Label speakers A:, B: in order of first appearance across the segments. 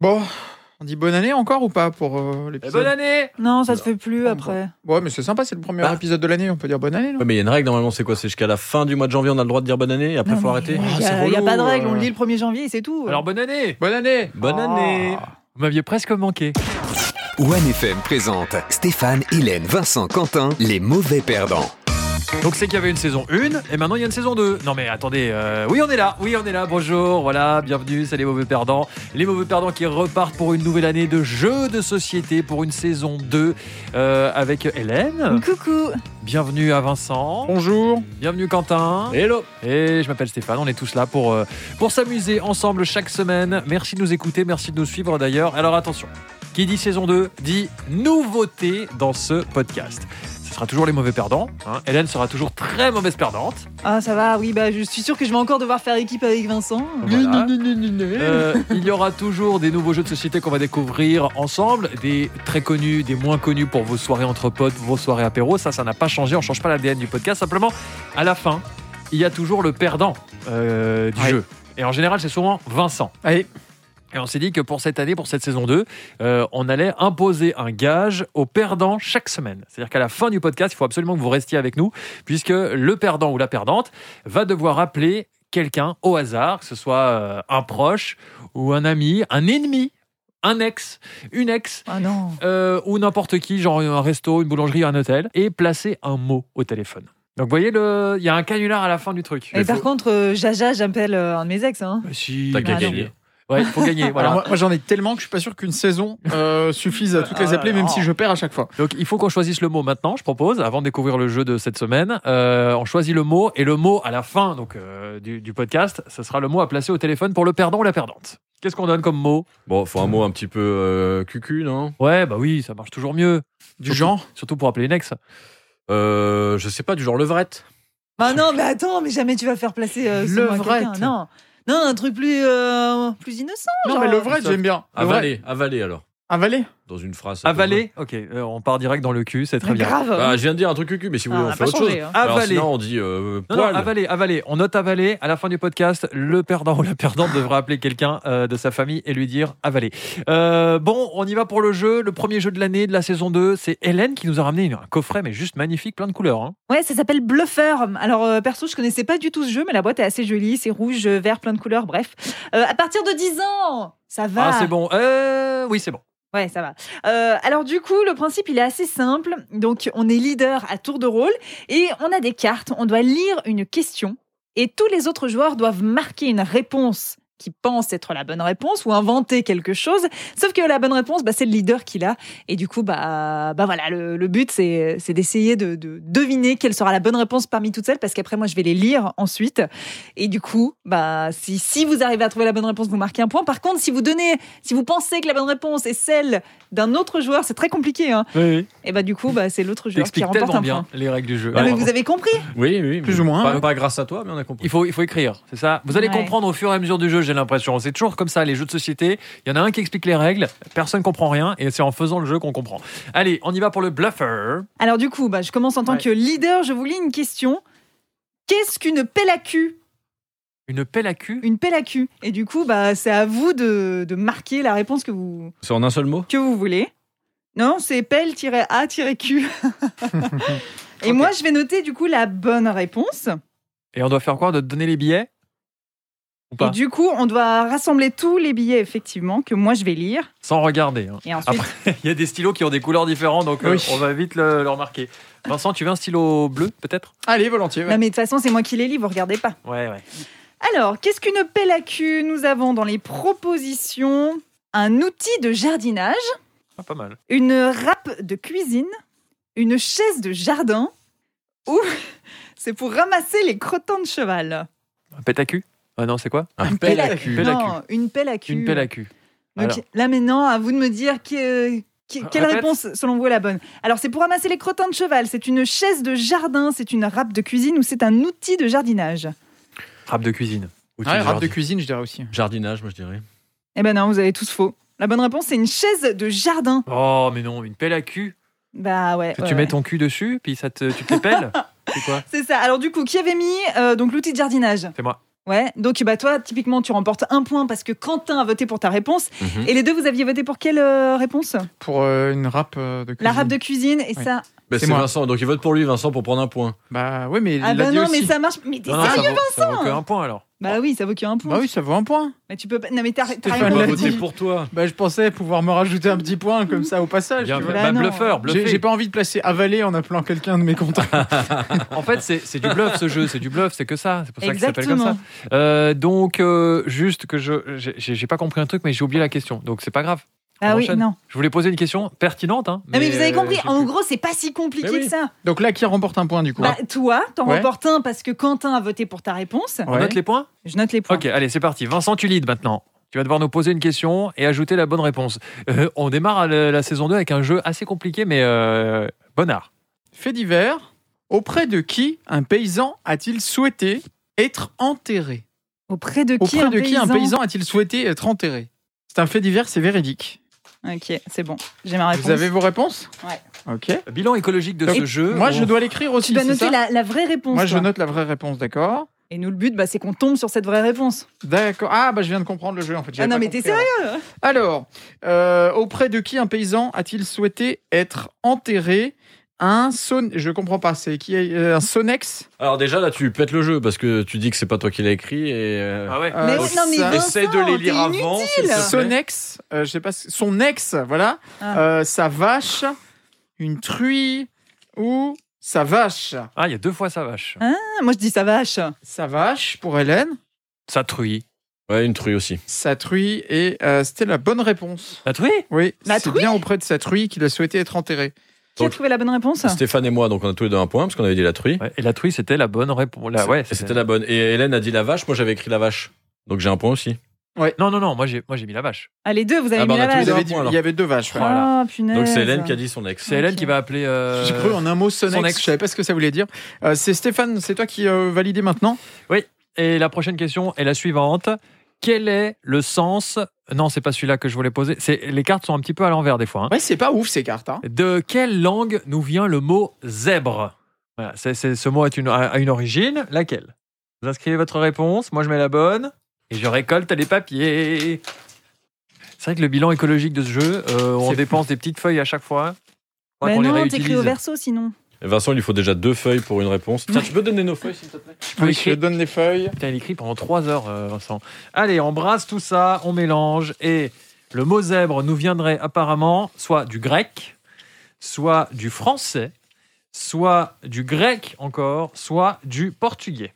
A: Bon, on dit bonne année encore ou pas pour euh,
B: Eh,
C: Et
A: l'épisode
C: bonne année
D: Non, ça se fait plus après.
A: Ouais, mais c'est sympa, c'est le premier
C: Bah.
A: épisode de l'année, on peut dire bonne année, non
C: Ouais, mais il y a une règle normalement, c'est quoi C'est jusqu'à la fin du mois de janvier, on a le droit de dire bonne année, et après
D: Non,
C: bah, faut
D: mais
C: arrêter.
D: Il
A: Ah,
D: n'y
A: c'est
D: a, il y a
A: relou,
D: pas de règle, on
A: euh.
D: le dit le 1er janvier et c'est tout.
B: Alors bonne année
A: Bonne année
C: Bonne
D: Ah.
C: année
B: Vous m'aviez presque manqué.
E: OneFM présente Stéphane, Hélène, Vincent, Quentin, les mauvais perdants.
B: Donc c'est qu'il y avait une saison 1 et maintenant il y a une saison 2. Non mais attendez, euh, oui on est là, oui on est là, bonjour, voilà, bienvenue, c'est les mauvais perdants. Les mauvais perdants qui repartent pour une nouvelle année de jeux de société pour une saison 2 euh, avec
A: bah, euh.
B: Hélène.
D: Coucou
B: Bienvenue à Vincent.
A: Bonjour
B: Bienvenue Quentin.
C: Hello
B: Et je m'appelle Stéphane, on est tous là pour, euh, pour s'amuser ensemble chaque semaine. Merci de nous écouter, merci de nous suivre d'ailleurs. Alors attention, qui dit saison 2 dit nouveauté dans ce podcast. Ce sera toujours les mauvais perdants. hein. Hélène sera toujours très mauvaise perdante.
D: Ah, ça va, oui, bah je suis sûre que je vais encore devoir faire équipe avec Vincent.
B: Voilà. Ah. Euh, il y aura toujours des nouveaux jeux de société qu'on va découvrir ensemble, des très connus, des moins connus pour vos soirées entre potes, vos soirées apéro. Ça, ça n'a pas changé. On change pas l'ADN du podcast. Simplement, à la fin, il y a toujours le perdant euh, du
A: Ouais.
B: jeu. Et en général, c'est souvent Vincent.
A: Allez,
B: Et on s'est dit que pour cette année, pour cette saison 2, euh, on allait imposer un gage au perdant chaque semaine. C'est-à-dire qu'à la fin du podcast, il faut absolument que vous restiez avec nous, puisque le perdant ou la perdante va devoir appeler quelqu'un au hasard, que ce soit euh, un proche ou un ami, un ennemi, un ex, une ex.
D: Ah non.
B: euh, ou n'importe qui, genre un resto, une boulangerie, un hôtel, et placer un mot au téléphone. Donc vous voyez, le- il y a un canular à la fin du truc.
D: Et par contre, euh, Jaja, j'appelle euh, un de mes ex. Hein.
B: Mais si,
C: T'as qu'à
B: mais si.
C: gagner.
B: Ouais, il faut gagner.
A: voilà.
B: Voilà.
A: moi, moi, j'en ai tellement que je suis pas sûr qu'une saison euh, suffise à toutes les appeler, même si je perds à chaque fois.
B: Donc il faut qu'on choisisse le mot maintenant, je propose, avant de découvrir le jeu de cette semaine. Euh, on choisit le mot et le mot à la fin donc, euh, du, du podcast, ce sera le mot à placer au téléphone pour le perdant ou la perdante. Qu'est-ce qu'on donne comme mot
C: Bon, faut un mot un petit peu euh, cucu, non
B: Ouais, bah oui, ça marche toujours mieux.
A: Du genre
B: Surtout pour appeler une ex.
C: euh, Je sais pas, du genre levrette.
D: Bah non, mais attends, mais jamais tu vas faire placer euh, ce mot à
A: Levrette.
D: quelqu'un. Non. non, un truc plus, euh, plus innocent.
A: Non,
D: genre-
A: mais le vrai, j'aime bien. Le vrai.
C: Avaler, avaler alors.
A: Avaler
C: Dans une phrase. ça peut
B: Avaler Ok, euh, on part direct dans le cul, c'est très
D: Mais
B: bien.
D: grave.
C: jouer. Bah, je viens de dire un truc cucu, mais si vous
D: Ah,
C: voulez,
D: on
C: on
D: a
C: fait
D: pas
C: autre
D: changé,
C: chose.
D: hein.
C: Alors,
B: Avaler.
C: sinon, on dit euh,
B: Non, non,
C: poil.
B: avaler, avaler. On note avaler. À la fin du podcast, le perdant ou la perdante devra appeler quelqu'un euh, de sa famille et lui dire avaler. Euh, bon, on y va pour le jeu. Le premier jeu de l'année, de la saison 2. C'est Hélène qui nous a ramené une- un coffret, mais juste magnifique, plein de couleurs. hein.
D: Ouais, ça s'appelle Bluffer. Alors, euh, perso, je connaissais pas du tout ce jeu, mais la boîte est assez jolie. C'est rouge, euh, vert, plein de couleurs, bref. Euh, à partir de 10 ans, ça va.
B: Ah, c'est bon. Euh, oui, c'est bon.
D: Ouais, ça va. Euh, alors du coup, le principe, il est assez simple. Donc, on est leader à tour de rôle et on a des cartes. On doit lire une question et tous les autres joueurs doivent marquer une réponse qui pense être la bonne réponse ou inventer quelque chose. Sauf que la bonne réponse, bah, c'est le leader qui l'a. Et du coup, bah, bah voilà, le, le but, c'est c'est d'essayer de, de deviner quelle sera la bonne réponse parmi toutes celles, parce qu'après, moi, je vais les lire ensuite. Et du coup, bah, si, si vous arrivez à trouver la bonne réponse, vous marquez un point. Par contre, si vous donnez, si vous pensez que la bonne réponse est celle d'un autre joueur, c'est très compliqué. Hein. Et bah du coup, bah, c'est l'autre joueur qui
B: T'expliques
D: remporte
B: tellement
D: un
B: bien
D: point.
B: les règles du jeu.
D: Non, mais
B: Alors,
D: vous avez compris
C: Oui, oui.
A: Plus
C: mais
A: ou moins,
C: Pas,
A: ouais.
C: pas grâce à toi, mais on a compris.
B: il faut, il faut écrire, c'est ça Vous allez
D: Ouais.
B: comprendre au fur et à mesure du jeu, j'ai l'impression. C'est toujours comme ça, les jeux de société. Il y en a un qui explique les règles, personne comprend rien, et c'est en faisant le jeu qu'on comprend. Allez, on y va pour le bluffer.
D: Alors du coup, bah, je commence en tant
B: Ouais.
D: que leader. Je vous lis une question. Qu'est-ce qu'une pelle à cul
B: Une pelle à cul
D: Une pelle à cul. Et du coup, bah, c'est à vous de, de marquer la réponse que vous,
C: C'est en un seul mot
D: que vous voulez. Non, c'est pelle-a-q. Et
B: Ok.
D: moi, je vais noter du coup la bonne réponse.
B: Et on doit faire quoi On doit te donner les billets Ou
D: Et
B: pas
D: du coup, on doit rassembler tous les billets, effectivement, que moi je vais lire.
B: Sans regarder. hein.
D: Et ensuite,
B: Il y a des stylos qui ont des couleurs différentes, donc euh,
A: Oui.
B: on va vite le, le remarquer. Vincent, tu veux un stylo bleu, peut-être
A: Allez, volontiers. ouais.
D: non, mais de toute façon, c'est moi qui les lis, vous regardez pas.
B: Ouais, ouais.
D: Alors, qu'est-ce qu'une pelle à cul Nous avons dans les propositions un outil de jardinage,
B: Ah, pas mal.
D: une râpe de cuisine, une chaise de jardin, ou c'est pour ramasser les crottins de cheval.
B: Un pète à cul Ah non, c'est quoi
C: Un
D: pelle à
B: cul. Pelle à
D: Non, une pelle à cul.
B: Une pelle à cul.
D: Donc,
B: Alors. Ah,
D: là maintenant, à vous de me dire que- que- quelle
B: Répète.
D: réponse selon vous est la bonne. Alors, c'est pour ramasser les crottins de cheval, c'est une chaise de jardin, c'est une râpe de cuisine ou c'est un outil de jardinage
B: Rap de cuisine.
C: Outil
A: Ouais,
C: de
A: rap de
C: jardi-
A: cuisine, je dirais aussi.
C: Jardinage, moi je dirais.
D: Eh ben non, vous avez tous faux. La bonne réponse, c'est une chaise de jardin.
B: Oh, mais non, une pelle à cul
D: Bah ouais.
B: Que
D: ouais,
B: tu mets
D: ouais.
B: ton cul dessus, puis ça te, tu te les pelles C'est quoi
D: C'est ça. Alors du coup, qui avait mis euh, donc l'outil de jardinage
B: C'est moi.
D: Ouais. Donc, bah, toi, typiquement, tu remportes un point parce que Quentin a voté pour ta réponse.
C: Mhm.
D: Et les deux, vous aviez voté pour quelle euh, réponse
A: Pour euh, une rap euh, de
D: La
A: cuisine.
D: rap de cuisine. Et
A: Ouais.
D: ça.
C: Bah,
A: C'est
C: c'est
A: moi.
C: Vincent, donc il vote pour lui, Vincent, pour prendre un point.
A: Bah ouais, mais il
D: Ah,
A: l'a
D: bah
A: dit
D: non,
A: aussi.
D: mais ça marche. Mais t'es
B: Non, non, ça
D: sérieux
B: vaut, ça vaut que un point alors.
D: Bah oui, ça vaut qu'un point.
A: Bah oui, ça vaut un point.
D: Mais tu peux pas. Non, mais t'as t'as
A: Stéphane
D: répondu.
A: l'a dit.
C: pour toi.
A: Bah je pensais pouvoir me rajouter un petit point
D: Mmh.
A: comme ça au passage.
B: Bien
A: tu
B: fait.
A: vois.
D: Bah
B: Bah,
D: non.
B: bluffeur, bluffé.
A: J'ai j'ai pas envie de placer avaler en appelant quelqu'un de mes contacts.
B: En fait, c'est c'est du bluff ce jeu, c'est du bluff, c'est que ça. C'est pour ça qu'il s'appelle comme ça.
D: Exactement.
B: Euh, donc, euh, juste que je. j'ai- J'ai pas compris un truc, mais j'ai oublié la question. Donc, c'est pas grave.
D: Ah oui,
B: enchaîne.
D: non.
B: Je voulais poser une question pertinente. Hein,
D: Non, mais vous
B: euh,
D: avez compris.
B: j'ai
D: En
B: plus.
D: gros, c'est pas si compliqué
C: Mais oui.
D: que ça.
A: Donc là, qui remporte un point du coup
D: Bah, toi, t'en
A: Ouais.
D: remportes un parce que Quentin a voté pour ta réponse.
B: On note les points
D: Je note les points.
B: Ok, allez, c'est parti. Vincent, tu leads maintenant. Tu vas devoir nous poser une question et ajouter la bonne réponse. Euh, on démarre la, la saison 2 avec un jeu assez compliqué, mais euh, bonnard.
A: Fait divers. Auprès de qui un paysan a-t-il souhaité être enterré
D: Auprès de qui,
A: Auprès
D: un,
A: de qui
D: paysan
A: un paysan a-t-il souhaité être enterré C'est un fait divers, c'est véridique.
D: Ok, c'est bon. J'ai ma réponse.
A: Vous avez vos réponses
D: Ouais.
A: Ok.
B: Bilan écologique de
A: Donc,
B: ce jeu.
A: Moi, je
B: on-
A: dois l'écrire aussi.
D: Tu dois
A: c'est
D: noter
A: ça
D: la, la vraie réponse.
A: Moi, je
D: toi.
A: note la vraie réponse, d'accord
D: Et nous, le but, bah, c'est qu'on tombe sur cette vraie réponse.
A: D'accord. Ah, bah, je viens de comprendre le jeu, en fait.
D: Ah
A: J'avais
D: non,
A: pas
D: mais t'es
A: compris avant.
D: sérieux
A: Alors, euh, auprès de qui un paysan a-t-il souhaité être enterré Un son... Je comprends pas, c'est qui euh, Un sonex
C: Alors déjà, là, tu pètes le jeu parce que tu dis que c'est pas toi qui l'as écrit et. euh,
B: Ah ouais.
A: Euh,
D: Mais
A: donc
D: oui, non, mais
A: ça-
D: Vincent,
C: Essaie de les lire
D: t'es inutile.
C: avant. s'il te plaît.
A: Sonex, euh, je sais pas, son ex, voilà,
D: Ah.
A: Euh, sa vache, une truie ou sa vache.
B: Ah, il y a deux fois sa vache.
D: Ah, Moi, je dis ça vache.
A: Sa vache pour Hélène,
B: Ça truie.
C: Ouais, une truie aussi.
A: sa truie, et euh, c'était la bonne réponse.
B: La truie
A: Oui,
D: La
A: c'est
D: truie
A: bien auprès de sa truie qu'il a souhaité être enterré.
D: Qui a
C: Donc- Ah,
D: trouvé la bonne réponse
C: Stéphane et moi, donc on a tous les deux un point parce qu'on avait dit la truie.
B: Ouais, Et la truie, c'était la bonne réponse. La- ouais,
C: Et c'était la bonne. Et Hélène a dit la vache, moi j'avais écrit la vache. Donc j'ai un point aussi.
B: Non, non, non, moi j'ai moi, j'ai mis la vache.
D: Ah, les deux, vous avez
C: Ah, bah,
D: mis
C: on
D: la
C: a tous
D: vache.
A: Vous
C: les
A: avez
C: un
A: dit-
C: point, alors.
A: il y avait deux vaches. voilà.
D: Ah, punaise.
C: Donc c'est Hélène qui a dit son ex.
B: C'est Hélène
D: Ok.
B: qui va appeler. euh,
A: J'ai cru en un mot sonex,
B: son ex.
A: je savais pas ce que ça voulait dire. Euh, c'est Stéphane, c'est toi qui euh, validais maintenant.
B: Et la prochaine question est la suivante. Quel est le sens Non, c'est pas celui-là que je voulais poser. C'est les cartes sont un petit peu à l'envers des fois. hein.
A: Ouais, c'est pas ouf ces cartes. hein.
B: De quelle langue nous vient le mot zèbre Voilà, c'est- c'est- ce mot est une- a a une origine. Laquelle Vous inscrivez votre réponse. Moi, je mets la bonne et je récolte les papiers. C'est vrai que le bilan écologique de ce jeu, euh, on
A: C'est-
B: dépense des petites feuilles à chaque fois. Faudra
D: Bah
B: qu'on les
D: non,
B: réutilise.
D: t'écris au verso sinon.
C: Et Vincent, il lui faut déjà deux feuilles pour une réponse. Tiens, tu peux donner nos feuilles s'il te plaît
B: Je peux
A: Oui,
B: écrire-
A: je te donne les feuilles.
B: Putain, il écrit pendant 3 heures, euh, Vincent. Allez, on brasse tout ça, on mélange. Et le mot zèbre nous viendrait apparemment soit du grec, soit du français, soit du grec encore, soit du portugais.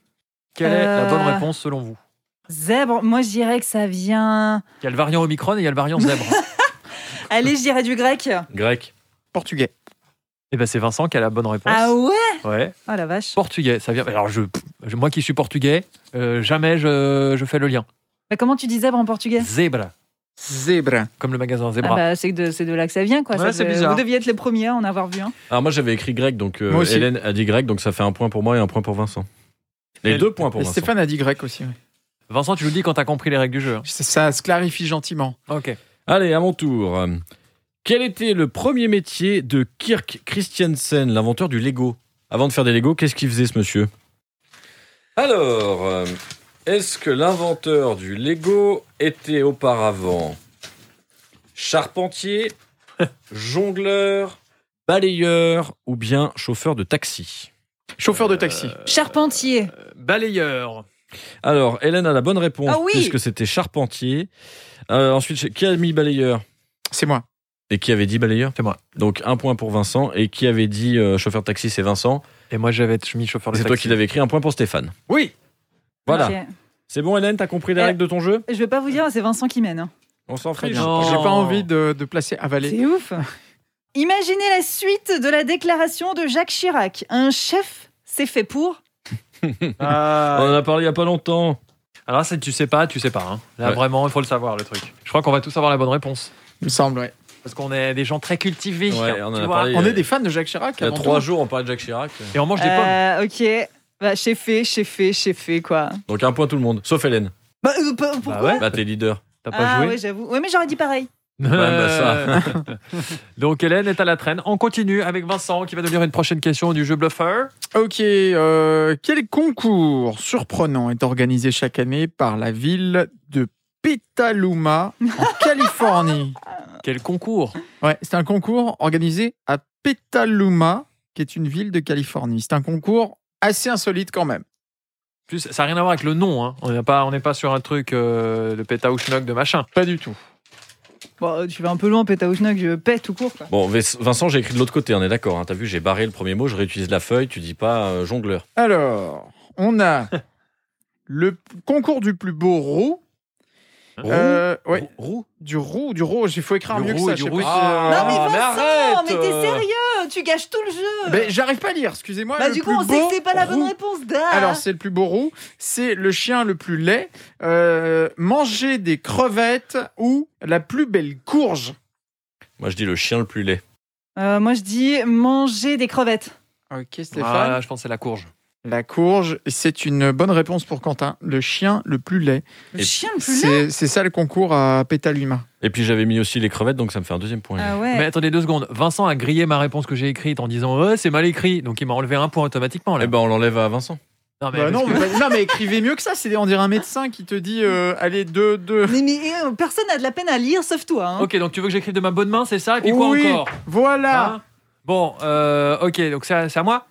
B: Quelle est la
D: Euh.
B: bonne réponse selon vous
D: Zèbre, moi je dirais que ça vient.
B: Il y a le variant Omicron et il y a le variant zèbre.
D: Allez, je dirais du grec.
C: Grec.
A: Portugais.
B: et bien, Eh ben, c'est Vincent qui a la bonne réponse.
D: Ah ouais
B: ouais.
D: Oh la vache.
B: Portugais, ça vient. Alors, je, pff, je- moi qui suis portugais, euh, jamais je, je fais le lien.
D: Bah, comment tu dis zèbre en portugais
B: Zèbre,
A: Zèbre.
B: comme le magasin
D: Ah
B: Zebra.
D: bah, c'est de, c'est de là que ça vient quoi.
B: Ouais,
D: Ça
B: c'est
D: devait-
B: bizarre.
D: Vous deviez être les premiers à en avoir vu un.
C: Alors moi j'avais écrit grec, donc euh,
A: Moi aussi.
C: Hélène a dit grec, donc ça fait un point pour moi et un point pour Vincent. Les
B: Et-
C: deux points pour
A: Et
C: Vincent.
A: Stéphane a dit grec aussi. ouais.
B: Vincent, tu nous dis quand t'as compris les règles du jeu. hein.
A: Ça, ça se clarifie gentiment.
B: Ok.
C: Allez, à mon tour. Quel était le premier métier de Kirk Christiansen, l'inventeur du Lego Avant de faire des Lego, qu'est-ce qu'il faisait ce monsieur Alors, euh, est-ce que l'inventeur du Lego était auparavant charpentier, jongleur, balayeur ou bien chauffeur de taxi
A: Chauffeur
C: Euh,
A: de taxi.
D: Charpentier.
B: Balayeur.
C: Alors, Hélène a la bonne réponse
D: Ah oui
C: puisque c'était charpentier. Euh, ensuite, qui a mis balayeur
A: C'est moi.
C: Et qui avait dit balayeur
B: C'est moi.
C: Donc un point pour Vincent. Et qui avait dit euh, chauffeur de taxi, c'est Vincent.
B: Et moi, j'avais mis chauffeur de
C: C'est
B: taxi.
C: toi qui l'avais écrit. Un point pour Stéphane.
B: Oui.
C: Voilà.
D: Ok.
C: C'est bon, Hélène, t'as compris les
D: Euh,
C: règles de ton jeu
D: Je vais pas vous dire, c'est Vincent qui mène. hein.
C: On s'en ferait
A: Très
C: bien.
A: bien.
B: bien.
A: J'ai pas
B: Non.
A: envie de, de placer avaler.
D: C'est ouf. Imaginez la suite de la déclaration de Jacques Chirac. Un chef, c'est fait pour.
C: Ah, On en a parlé il y a pas longtemps.
B: Alors là, c'est tu sais pas, tu sais pas. hein. Là,
C: Ouais.
B: vraiment, il faut le savoir, le truc. Je crois qu'on va tous avoir la bonne réponse.
A: Il me semble, ouais.
B: Parce qu'on est des gens très cultivés.
C: Ouais,
B: hein,
C: on en
B: tu
C: a
B: vois.
C: parlé.
A: On
C: euh,
A: est des fans de Jacques Chirac.
C: Il y a
A: avant
C: trois
A: tout.
C: jours, on parlait de Jacques Chirac.
B: Et on mange des pommes.
D: Euh, ok. Bah, chef fait, chef fait, chef fait quoi.
C: Donc un point tout le monde, sauf Hélène.
D: Bah, euh, p- pourquoi
B: ouais.
C: Bah t'es leader.
B: T'as pas
D: Ah
B: joué
D: ouais, j'avoue. Ouais, mais j'aurais dit pareil.
C: bah
B: Donc Hélène est à la traîne. On continue avec Vincent qui va devenir une prochaine question du jeu Bluffer.
A: Ok, euh, quel concours surprenant est organisé chaque année par la ville de Petaluma en Californie
B: Quel concours
A: Ouais, c'est un concours organisé à Petaluma, qui est une ville de Californie. C'est un concours assez insolite quand même.
B: En Plus, ça n'a rien à voir avec le nom. hein. On n'est pas, on n'est pas sur un truc euh, de péta ou schnock de machin.
A: Pas du tout.
D: Bon, euh, tu vas un peu loin, Pétaouchnac, je paie tout court. quoi.
C: Bon, Ves- Vincent, j'ai écrit de l'autre côté, on est d'accord. hein. T'as vu, j'ai barré le premier mot, je réutilise la feuille, tu dis pas euh, jongleur.
A: Alors, on a le p- concours du plus beau roux. Euh, ouais,
C: Roux
A: du roux, du rouge, il faut écrire
B: Du
A: mieux que
B: roux,
A: ça.
B: du
A: je sais
B: roux,
A: pas.
C: Ah,
D: non, mais
C: mais
D: Vincent,
C: arrête,
D: mais t'es
C: euh.
D: sérieux Tu gâches tout le jeu
A: Ah, Mais j'arrive pas à lire, excusez-moi.
D: Bah,
A: le
D: du coup,
A: plus
D: on sait
A: beau
D: que c'est pas la bonne
A: roux.
D: réponse. Da.
A: Alors, c'est le plus beau roux, c'est le chien le plus laid, euh, manger des crevettes ou la plus belle courge.
C: Moi, je dis le chien le plus laid.
D: Euh, moi, je dis manger des crevettes.
A: Ok, Stéphane.
B: Voilà, Ah, je pense que c'est la courge.
A: La courge, c'est une bonne réponse pour Quentin. Le chien le plus laid.
D: Le
C: Et
D: chien le plus laid
A: C'est c'est ça le concours à Pétaluma.
C: Et puis j'avais mis aussi les crevettes, donc ça me fait un deuxième point.
D: Ah ouais.
B: Mais attendez deux secondes. Vincent a grillé ma réponse que j'ai écrite en disant ouais c'est mal écrit, donc il m'a enlevé un point automatiquement là.
C: Eh ben, on l'enlève à Vincent.
B: Non, mais
A: Bah
B: parce
A: non,
B: que-
A: mais, non, mais écrivez mieux que ça. C'est on dirait un médecin qui te dit euh, allez deux deux.
D: Mais, mais, euh, personne n'a de la peine à lire sauf toi. hein.
B: Ok, donc tu veux que j'écrive de ma bonne main, c'est ça Et puis quoi
A: Oui, Ah.
B: encore
C: Ah.
A: Voilà.
B: Hein Bon, euh, ok, donc c'est à, c'est à moi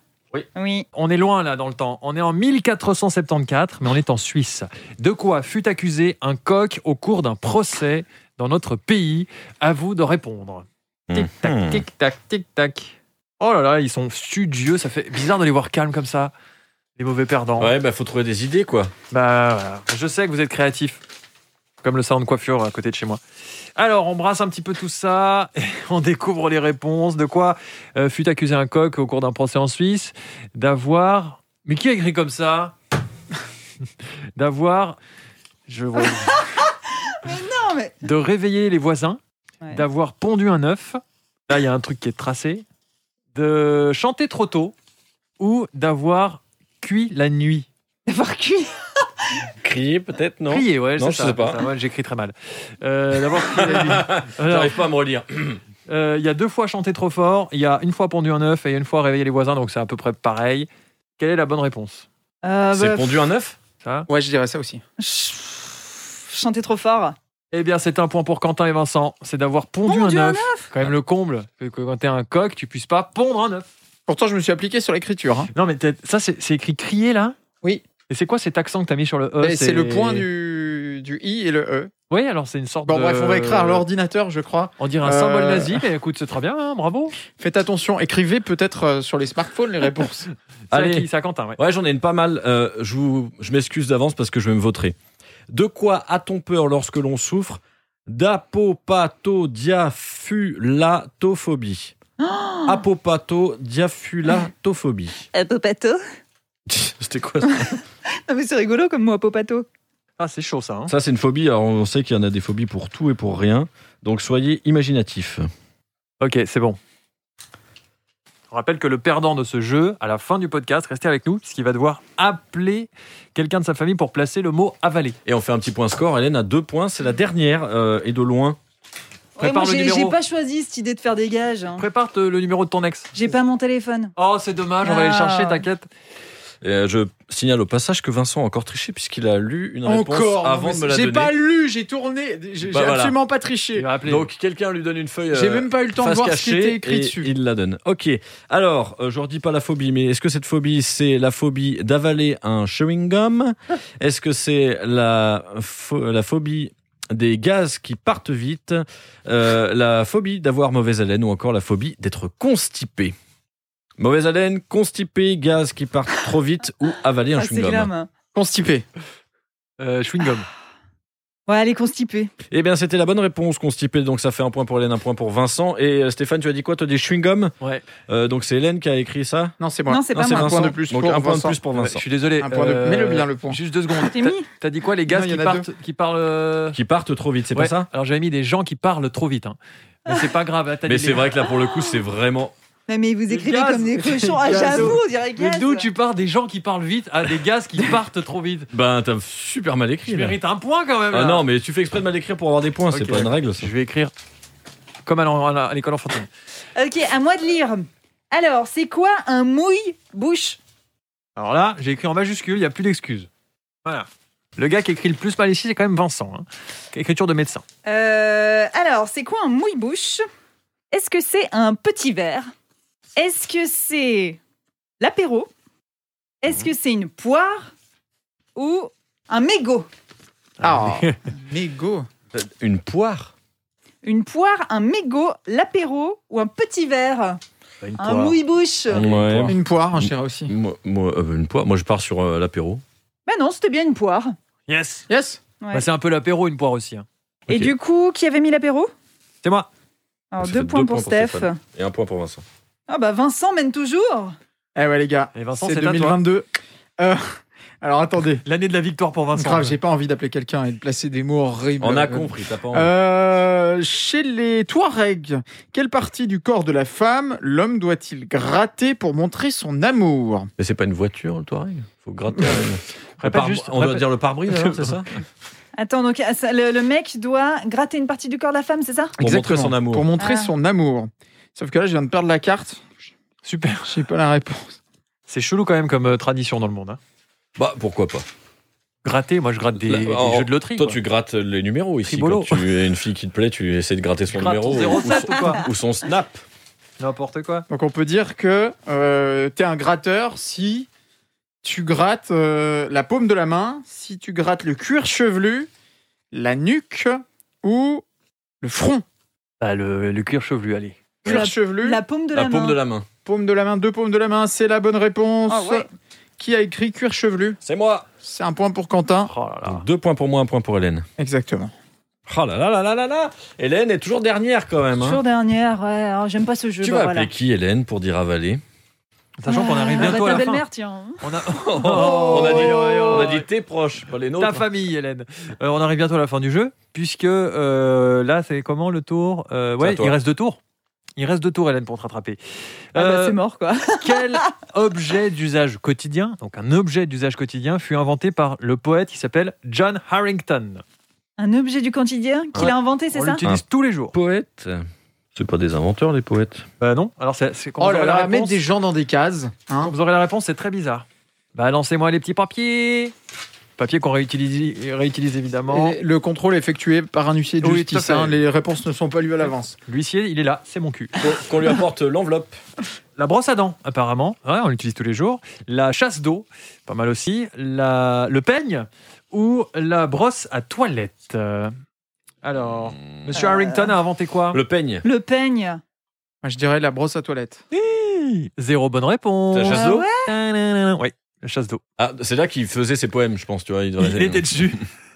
D: Oui.
B: On est loin là dans le temps. On est en 1474, mais on est en Suisse. De quoi fut accusé un coq au cours d'un procès dans notre pays À vous de répondre. Tic tac,
A: Mhm.
C: Hmm.
B: tic tac, tic tac. Oh là là, ils sont studieux. Ça fait bizarre de les voir calmes comme ça. Les mauvais perdants.
C: Ouais, bah, faut trouver des idées, quoi.
B: Bah voilà. Je sais que vous êtes créatifs. Comme le salon de coiffure à côté de chez moi. Alors, on brasse un petit peu tout ça, et on découvre les réponses. De quoi euh, fut accusé un coq au cours d'un procès en Suisse D'avoir. Mais qui a écrit comme ça D'avoir. Je vois.
D: Non, mais.
B: De réveiller les voisins,
D: Ouais.
B: d'avoir pondu un œuf. Là, il y a un truc qui est tracé. De chanter trop tôt ou d'avoir cuit la nuit.
D: D'avoir cuit.
C: Crier, peut-être, non
B: Crier, ouais,
C: Non,
B: c'est
C: je
B: ça,
C: sais pas.
B: ça, ouais, J'écris très mal. Euh, D'abord, crier la nuit. Alors, euh,
C: J'arrive pas à me relire.
B: il y a deux fois chanté trop fort, il y a une fois pondu un œuf et il y a une fois réveillé les voisins, donc c'est à peu près pareil. Quelle est la bonne réponse
D: Euh,
C: C'est
D: bah,
C: pondu un œuf
B: ça
A: Ouais, je dirais ça aussi.
D: ch- Chanter trop fort.
B: Eh bien, c'est un point pour Quentin et Vincent. C'est d'avoir pondu,
D: Pondu
B: un
D: un
B: œuf. Quand même le comble. Que, que quand t'es un coq, tu puisses pas pondre un œuf.
A: Pourtant, je me suis appliqué sur l'écriture. hein.
B: Non, mais t'as- ça, c'est c'est écrit crier là
A: Oui.
B: Et c'est quoi cet accent que t'as mis sur le E
A: Mais c'est le point du, du i et le e.
B: Oui, alors c'est une sorte
A: Bon,
B: de.
A: bref, on va écrire à l'ordinateur, je crois.
B: On dirait un
A: Euh,
B: symbole nazi, mais écoute, c'est très bien, hein, bravo.
A: Faites attention, écrivez peut-être euh, sur les smartphones les réponses.
B: C'est à
C: Allez.
B: qui C'est à Quentin, ouais.
C: Ouais, j'en ai une pas mal. Euh, je vous- je m'excuse d'avance parce que je vais me voter. De quoi a-t-on peur lorsque l'on souffre D'apopatodiafulatophobie.
A: Oh
C: Apopatodiafulatophobie.
D: Apopato.
C: C'était quoi ça
D: Non, mais c'est rigolo comme mot, apopato.
B: Ah, c'est chaud ça. hein.
C: Ça, c'est une phobie. Alors, on sait qu'il y en a des phobies pour tout et pour rien. Donc, soyez imaginatifs.
B: Ok, c'est bon. On rappelle que le perdant de ce jeu, à la fin du podcast, restez avec nous, puisqu'il va devoir appeler quelqu'un de sa famille pour placer le mot avaler.
C: Et on fait un petit point score. Hélène a deux points. C'est la dernière euh, et de
D: Ouais,
C: loin.
D: moi,
B: Prépare le
D: j'ai
B: numéro.
D: j'ai pas choisi cette idée de faire des gages. hein.
B: Prépare te- le numéro de ton ex.
D: J'ai pas mon téléphone.
B: Oh, c'est dommage, on va aller le
D: Ah.
B: chercher, t'inquiète.
C: Euh, je signale au passage que Vincent a encore triché puisqu'il a lu une réponse avant de me la
A: J'ai
C: donner.
A: pas lu, j'ai tourné, j'ai
C: Bah
A: j'ai
C: voilà.
A: absolument pas
B: Il
A: triché.
B: va appeler.
C: Donc, quelqu'un lui donne une feuille.
A: J'ai
C: euh,
A: même pas eu le temps de
C: face
A: voir ce qui
C: cachée
A: était écrit
C: et
A: dessus.
C: Il la donne. Ok. Alors, euh, je redis pas la phobie, mais est-ce que cette phobie, c'est la phobie d'avaler un chewing-gum Est-ce que c'est la, pho- la phobie des gaz qui partent vite Euh, La phobie d'avoir mauvaise haleine ou encore la phobie d'être constipé Mauvaise haleine, constipé, gaz qui partent trop vite ou avaler un
D: Ah, c'est
C: chewing-gum.
D: glam.
A: Constipé.
B: Euh, chewing-gum.
D: Ouais, elle est constipée.
C: Eh bien, c'était la bonne réponse, constipé. Donc, ça fait un point pour Hélène, un point pour Vincent. Et euh, Stéphane, tu as dit quoi Toi, des chewing-gum
B: Ouais.
C: Euh, Donc, c'est Hélène qui a écrit ça
A: Non, c'est moi.
D: Non, c'est
C: Non,
D: pas
C: c'est
D: moi.
A: Un point
C: Vincent.
A: de plus
C: Donc
A: pour
C: un point de
A: Vincent.
C: plus pour
B: Ouais,
C: Vincen.
B: Je suis désolé. euh,
A: Un point de- mets-le bien, le point.
B: Juste deux secondes.
D: T'es
B: T'as-
D: mis
B: T'as dit quoi, les gaz
A: Non, il y
B: qui
A: en a
B: partent, qui parlent euh,
C: Qui partent trop vite, c'est
B: ouais.
C: pas ça
B: Alors j'avais mis des gens qui parlent trop vite. hein. Mais c'est pas grave. t'as
C: Mais
B: dit
C: c'est
B: les-
C: vrai que là, pour le coup, c'est vraiment.
D: Non, mais vous
B: Les
D: écrivez
B: gaz.
D: comme des cochons. Ah,
B: Les gaz.
D: j'avoue, on dirait
B: Mais
D: gaz.
B: d'où tu pars des gens qui parlent vite à des gaz qui partent trop vite
C: Ben, t'as super mal écrit.
B: Tu
C: là.
B: mérites un point quand même.
C: Ah
B: là.
C: non, mais tu fais exprès de mal écrire pour avoir des points, c'est
B: Ok.
C: pas une règle. ça.
B: Je vais écrire comme à l'en- à la- à l'école enfantine.
D: Ok, à moi de lire. Alors, c'est quoi un mouille-bouche
B: Alors là, j'ai écrit en majuscule, il n'y a plus d'excuses. Voilà. Le gars qui écrit le plus mal ici, c'est quand même Vincent. hein. Écriture de médecin.
D: Euh, alors, c'est quoi un mouille-bouche Est-ce que c'est un petit verre Est-ce que c'est l'apéro Est-ce que c'est une poire Ou un mégot
A: Ah, mais go.
C: Une poire
D: Une poire, un mégot, l'apéro ou un petit verre
B: Bah, Une
D: Un mouille-bouche
C: Ouais.
A: Une poire, un chéri aussi.
C: Moi, moi, euh, une poire. Moi, je pars sur euh, l'apéro.
D: Bah non, c'était bien une poire.
B: Yes.
A: Yes
D: Ouais.
B: Bah, c'est un peu l'apéro, une poire aussi. hein.
D: Et
C: Ok.
D: du coup, qui avait mis l'apéro
B: C'est moi.
D: Alors,
C: Ça
D: deux
C: fait
D: points
C: deux
D: pour
C: points pour
D: Steph.
C: Stéphane. Et un point pour Vincent.
D: Ah bah Vincent mène toujours.
A: Eh ouais, les gars.
B: Et Vincent,
A: C'est
B: c'est à toi.
A: 2022. Euh, alors attendez.
B: L'année de la victoire pour Vincent.
A: Grave, j'ai pas envie d'appeler quelqu'un et de placer des mots horribles.
C: On a
A: Euh,
C: compris, t'as pas envie.
A: Euh, chez les Touaregs, quelle partie du corps de la femme l'homme doit-il gratter pour montrer son amour
C: Mais c'est pas une voiture, le Touareg Faut gratter. Le
B: Répète
C: pare-
B: juste,
C: on doit
B: répète.
C: dire le pare-brise, alors, c'est ça
D: Attends, donc ah, ça, le, le mec doit gratter une partie du corps de la femme, c'est ça
C: Pour montrer son amour.
A: Pour montrer
D: Ah.
A: son amour. Sauf que là, je viens de perdre la carte.
B: Super.
A: J'ai pas la réponse.
B: C'est chelou quand même comme euh, tradition dans le monde. hein.
C: Bah, pourquoi pas
B: Gratter, moi je gratte des,
C: Là,
B: des
C: alors,
B: jeux de loterie.
C: Toi,
B: quoi.
C: tu grattes les numéros ici.
B: Tribolo.
C: Quand tu as une fille qui te plaît, tu essaies de gratter son
B: grattes
C: numéro.
B: ton
C: ou,
B: 07
C: son,
B: ou quoi
C: ou son snap.
B: N'importe quoi.
A: Donc on peut dire que euh, t'es un gratteur si tu grattes euh, la paume de la main, si tu grattes le cuir chevelu, la nuque ou le front.
B: Bah, le, le cuir chevelu, allez.
A: Cuir
D: La-
A: chevelu,
D: La paume de la,
C: la
D: main.
C: paume de la main.
A: paume de la main, deux paumes de la main, c'est la bonne réponse.
D: Ah ouais.
A: Qui a écrit cuir chevelu
C: C'est moi
A: C'est un point pour Quentin.
B: Oh là là.
C: Donc, Deux points pour moi, un point pour Hélène.
A: Exactement.
C: Ah. Oh là là là là là là Hélène est toujours dernière quand même. hein.
D: Toujours dernière, ouais, alors j'aime pas ce jeu.
C: Tu
D: bah
C: vas
D: voilà.
C: appeler qui, Hélène, pour dire avaler
B: Sachant qu'on arrive
D: Ah,
B: bientôt
D: bah,
B: à
D: ta
B: la fin. Euh,
D: belle-mère, tiens.
B: On a...
C: on, a dit, on
B: oh.
C: a dit tes proches, pas
B: Ta
C: les nôtres.
B: famille, Hélène. Euh, on arrive bientôt à la fin du jeu, puisque euh, là, c'est comment le tour Euh,
C: C'est à
B: Ouais,
C: toi.
B: il reste deux tours. Il reste deux tours, Hélène, pour te rattraper.
D: Ah bah,
B: Euh,
D: c'est mort, quoi.
B: quel objet d'usage quotidien, donc un objet d'usage quotidien, fut inventé par le poète qui s'appelle John Harrington
D: Un objet du quotidien qu'il
B: Ouais. Oh,
D: a inventé, c'est
B: On
D: ça
B: l'utilise tous les jours.
C: Poète C'est pas des inventeurs, les poètes.
B: Bah non, alors c'est c'est- quand,
A: oh
B: vous
A: là
B: aurez la
A: là, mettre
B: réponse-
A: des gens dans des cases.
B: quand
A: Hein
B: vous aurez la réponse, c'est très bizarre. Bah lancez-moi les petits papiers Papiers qu'on réutilise, réutilise évidemment.
A: Et le contrôle est effectué par un huissier de
B: Oui,
A: justice.
B: tout à fait.
A: hein, les réponses ne sont pas lues à l'avance.
B: L'huissier, il est là, c'est mon cul.
C: Qu'on qu'on lui apporte l'enveloppe.
B: La brosse à dents, apparemment, Ouais, on l'utilise tous les jours. La chasse d'eau, pas mal aussi. La... Le peigne ou la brosse à toilette. Euh, Alors, Monsieur
D: Euh.
B: Harrington a inventé quoi
C: Hmm. Le peigne.
D: Le peigne.
A: Moi, je dirais la brosse à toilette.
B: Hi Zéro bonne réponse.
C: La chasse
D: Ah
C: d'eau
D: ouais
B: Oui, la chasse d'eau.
C: Ah, c'est là qu'il faisait ses poèmes, je pense, tu vois. Il, devrait-
B: Il était dessus.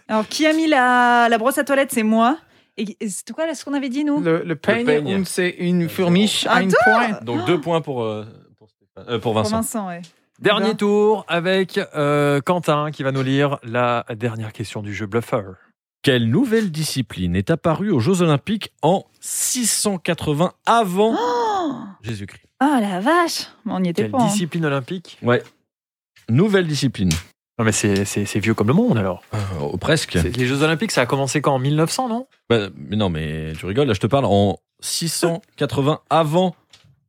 D: Alors, qui a mis la, la brosse à toilette C'est moi. Et et c'est quoi là, ce qu'on avait dit, nous
A: Le, le peigne,
C: peigne.
A: und c'est une fourmiche,
D: Attends
A: un point.
C: Donc deux points pour, euh, pour, Stéphane- euh, pour
D: Pour
C: Vincent.
D: Vincent, ouais.
B: Dernier
D: Ben.
B: tour avec euh, Quentin qui va nous lire la dernière question du jeu Bluffer.
C: Quelle nouvelle discipline est apparue aux Jeux Olympiques en 680 avant Jésus-Christ
D: Ah la vache Mais On n'y était
B: Quelle
D: pas. hein.
B: discipline olympique
C: Ouais. Nouvelle discipline.
B: Non mais c'est- c'est c'est vieux comme le monde alors.
C: Oh, presque.
B: C'est- Les Jeux Olympiques ça a commencé quand En 1900 non
C: Bah, mais non, mais tu rigoles, là je te parle en 680 avant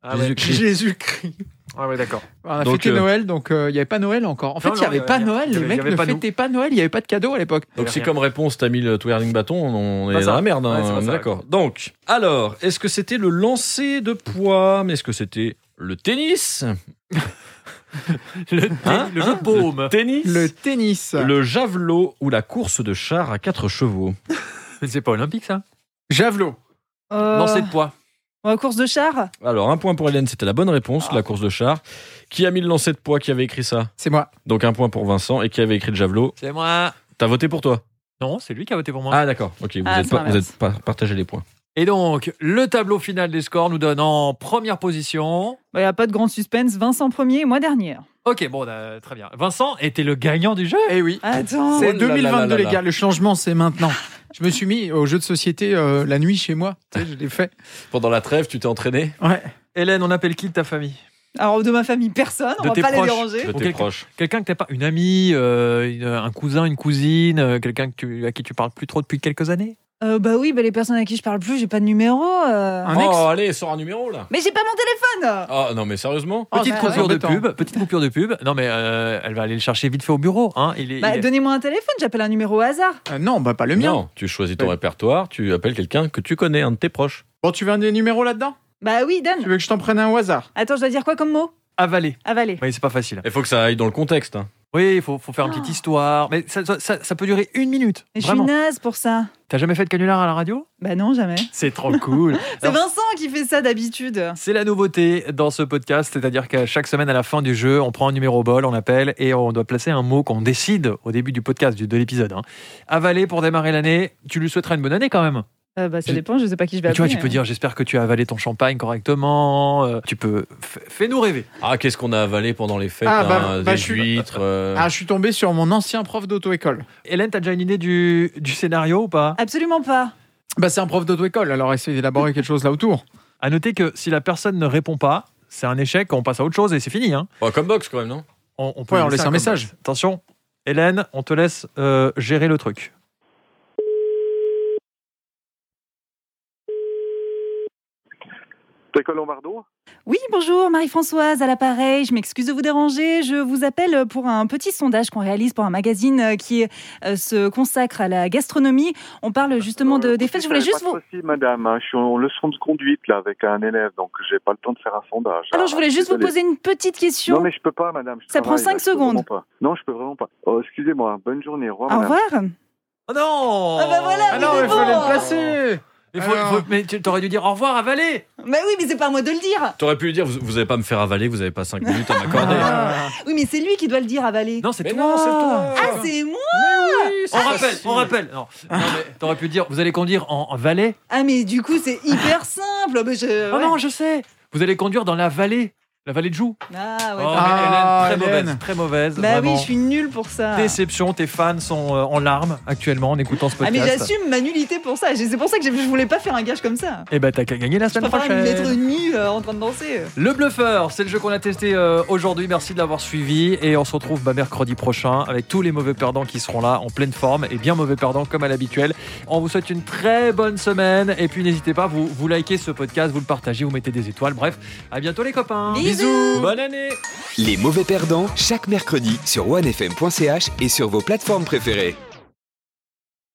B: Ah ouais,
C: Jésus-Christ.
A: Jésus-Christ.
B: ah ouais d'accord.
A: On a
C: Donc,
A: fêté
C: euh,
A: Noël, donc euh, il y n'y avait pas Noël encore. En fait,
B: Non,
A: il n'y
B: non,
A: avait
B: il y
A: pas
B: avait-
A: Noël.
B: il y
A: Les
B: avait- il y
A: mecs
B: avait
A: ne
B: pas nous.
A: fêtaient pas Noël. Il n'y avait pas de cadeau à l'époque.
C: Donc c'est
B: Rien.
C: comme réponse, t'as mis le twirling bâton, on, on
B: Pas
C: est
B: ça.
C: dans la merde, hein,
B: Ouais, c'est pas
C: on est
B: ça,
C: d'accord. Donc, alors, est-ce que c'était le lancer de poids Mais est-ce que c'était le tennis
B: Le,
C: Hein
B: le jeu de paume.
C: Tennis
A: Le tennis.
C: le javelot ou la course de char à quatre chevaux
B: Mais C'est pas olympique ça
A: Javelot.
D: Euh,
B: Non c'est de poids.
D: euh, course de char
C: Alors, un point pour Hélène, c'était la bonne réponse,
B: Ah.
C: la course de char. Qui a mis le lancer de poids Qui avait écrit ça
A: C'est moi.
C: Donc, un point pour Vincent. Et qui avait écrit le javelot
B: C'est moi.
C: T'as voté pour toi
B: Non c'est lui qui a voté pour moi.
C: Ah, d'accord. Ok, vous
D: Ah,
C: n'êtes
D: c'est
C: pas, vous
D: l'inverse.
C: êtes pas partagé les points.
B: Et donc le tableau final des scores nous donne en première position.
D: Il n'y bah, a pas de grand suspense. Vincent premier, moi dernière.
B: Ok bon euh, très bien. Vincent était le gagnant du jeu.
A: Eh oui.
D: Attends.
A: C'est
C: Oh là là
A: 2022,
C: là
A: les
C: là.
A: gars. Le changement, c'est maintenant. Je me suis mis au jeu de société euh, la nuit chez moi. Tu sais, je l'ai fait.
C: Pendant la trêve, tu t'es entraîné
A: Ouais.
B: Hélène on appelle qui de ta famille
D: Alors de ma famille, personne.
B: De
D: on
B: tes
D: va pas les
B: proches.
D: déranger.
C: De
B: Pour
C: tes
B: quelqu'un-
C: proches.
B: Quelqu'un que t'as pas, une amie, euh, une- un cousin, une cousine, euh, quelqu'un que tu- à qui tu parles plus trop depuis quelques années
D: Euh, bah oui, bah les personnes à qui je parle plus, j'ai pas de numéro. euh.
B: Ah.
A: Un ex
C: Oh, allez, sors un numéro là.
D: Mais j'ai pas mon téléphone
C: Ah non, mais sérieusement
A: Oh,
B: Petite
A: bah,
B: coupure de
A: embêtant.
B: pub, petite coupure de pub. Non mais euh, elle va aller le chercher vite fait au bureau. Hein. Il est,
D: Bah
B: il est-
D: donnez-moi un téléphone, j'appelle un numéro au hasard.
A: Euh, Non, bah pas le mien.
C: Non, tu choisis ton
A: Ouais.
C: répertoire, tu appelles quelqu'un que tu connais, un de tes proches.
A: Bon, tu veux un des numéros là-dedans
D: Bah oui,
A: Tu
D: donne.
A: veux que je t'en prenne un au hasard
D: Attends, je dois dire quoi comme mot
B: Avaler.
D: Avaler.
B: Oui, c'est pas facile.
C: Il faut que ça aille dans le contexte. hein.
B: Oui, il faut, faut faire une
D: Oh.
B: petite histoire. Mais ça, ça- ça- ça peut durer une minute.
D: Et Je suis
B: Vraiment.
D: naze pour ça.
B: T'as jamais fait de canular à la radio
D: Bah non, jamais.
B: C'est trop cool.
D: C'est
B: Alors,
D: Vincent qui fait ça d'habitude.
B: C'est la nouveauté dans ce podcast, c'est-à-dire qu'à chaque semaine à la fin du jeu, on prend un numéro au bol, on appelle et on doit placer un mot qu'on décide au début du podcast, du- de l'épisode. hein. Avaler pour démarrer l'année, tu lui souhaiterais une bonne année quand même.
D: Euh, bah ça
B: Je-
D: dépend, je sais pas qui je vais
B: Mais tu vois,
D: appeler. hein.
B: tu peux dire j'espère que tu as avalé ton champagne correctement, euh, tu peux... F- Fais-nous rêver.
C: Ah, qu'est-ce qu'on a avalé pendant les fêtes
A: Ah, bah,
C: hein,
A: bah,
C: Des
A: je suis-
C: huîtres. euh,
A: Ah, je suis tombé sur mon ancien prof d'auto-école.
B: Hélène, t'as déjà une idée du, du scénario ou pas
D: Absolument pas.
A: Bah, c'est un prof d'auto-école, alors essayez d'élaborer quelque chose là autour.
B: À noter que si la personne ne répond pas, c'est un échec, on passe à autre chose et c'est fini. hein.
C: bah, comme box quand même, non
B: On, on
A: Ouais, on
B: lui laisser
A: laisse un message.
B: commentaire. Attention, Hélène, on te laisse euh, gérer le truc.
F: T'es Lombardo
D: Oui, bonjour, Marie-Françoise à l'appareil. Je m'excuse de vous déranger. Je vous appelle pour un petit sondage qu'on réalise pour un magazine euh, qui euh, se consacre à la gastronomie. On parle justement de,
F: Euh,
D: des fêtes. Je voulais
F: écoutez,
D: juste
F: pas
D: vous.
F: de souci, madame, hein, je suis en leçon de conduite là avec un élève, donc j'ai pas le temps de faire un sondage.
D: Alors,
F: Ah,
D: je voulais juste vous
F: désolé.
D: poser une petite question.
F: Non mais je peux pas, madame. je
D: Ça prend
F: travaille,
D: cinq
F: là, je peux
D: secondes.
F: vraiment pas. Non, je peux vraiment pas. Oh, Excusez-moi. Bonne journée. Au revoir.
D: Au
F: madame.
D: revoir.
B: Oh non
D: Ah bah voilà,
A: Ah non,
D: mais
A: il fallait
D: bon.
A: le placer
B: Mais, faut-
A: Alors.
B: faut- mais tu t'aurais dû dire au revoir à Valais
D: Mais oui, mais c'est pas à moi de le dire.
C: T'aurais pu lui dire, vous, vous allez pas me faire avaler, vous avez pas 5 minutes à m'accorder.
A: Ah.
D: Oui, mais c'est lui qui doit le dire à Valé.
B: Non, c'est
C: Mais
B: toi
C: non, c'est toi.
D: Ah, c'est moi
B: On rappelle, on rappelle Non, non, mais t'aurais pu dire, vous allez conduire en, en Valais
D: Ah, mais du coup, c'est hyper simple. Mais je-
B: Oh
D: ouais.
B: non, je sais Vous allez conduire dans la Vallée, la Vallée de Joux
D: Ah, ouais.
B: Oh,
A: Ah,
B: mais Hélène, très
A: Hélène.
B: mauvaise, très mauvaise
D: bah oui,
B: vraiment.
D: je suis nulle pour ça.
B: Déception, tes fans sont euh, en larmes actuellement en écoutant ce
D: Ah,
B: podcast.
D: mais j'assume ma nullité pour ça. C'est pour ça que je je voulais pas faire un gage comme ça.
B: Eh ben t'as qu'à gagner la
D: Je
B: semaine
D: préfère me mettre
B: prochaine.
D: nue euh, en train de danser.
B: Le bluffeur, c'est le jeu qu'on a testé euh, aujourd'hui. Merci de l'avoir suivi et on se retrouve bah, mercredi prochain avec tous les mauvais perdants qui seront là en pleine forme et bien mauvais perdants comme à l'habituel. On vous souhaite une très bonne semaine et puis n'hésitez pas, vous, vous likez ce podcast, vous le partagez, vous mettez des étoiles. Bref, à bientôt les copains.
D: Bisous.
B: Bonne année.
E: Les mauvais perdants, chaque mercredi sur onefm.ch et sur vos plateformes préférées.